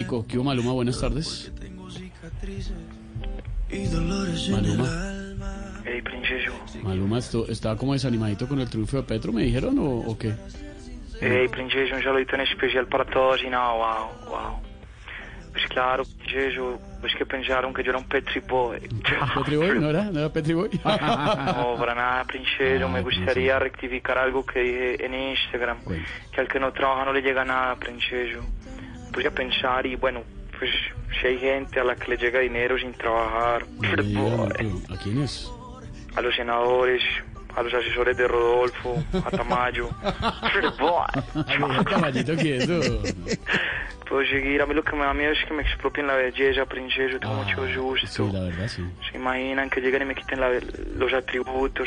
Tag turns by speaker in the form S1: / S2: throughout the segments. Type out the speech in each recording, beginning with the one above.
S1: Nico, ¿Qué hubo, Maluma? Buenas tardes. Maluma,
S2: Ey, princeso.
S1: Maluma esto, estaba como desanimadito con el triunfo de Petro, ¿me dijeron o, o qué?
S2: Ey, princeso, un saludito en especial para todos y no, wow, wow. Pues claro, princeso, pues que pensaron que yo era un Petri Boy.
S1: ¿Petri Boy? ¿No era? ¿No era Petri Boy?
S2: cioè, No, para nada, princeso, me gustaría rectificar algo que dije en Instagram,
S1: Bueno.
S2: que al que no trabaja no le llega nada, princeso. Puse a pensar y bueno, pues si hay gente a la que le llega dinero sin trabajar,
S1: No me digan,
S2: boy.
S1: pero, ¿A quién es?
S2: a los senadores, a los asesores de Rodolfo, a boh, Tamayo. eh.
S1: Ay, caballito quieto.
S2: Puedo seguir, a mí lo que me da miedo es que me expropien la belleza, princesa, yo tengo mucho gusto.
S1: Ah, Sí, la verdad, sí.
S2: Se imaginan que lleguen y me quiten la- los atributos.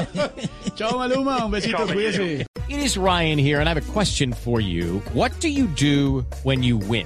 S2: me amo. Boy.
S1: Chao, Maluma. Un besito,
S2: Chao, mi
S1: cuídese.
S3: It is Ryan here, and I have a question for you. What do you do when you win?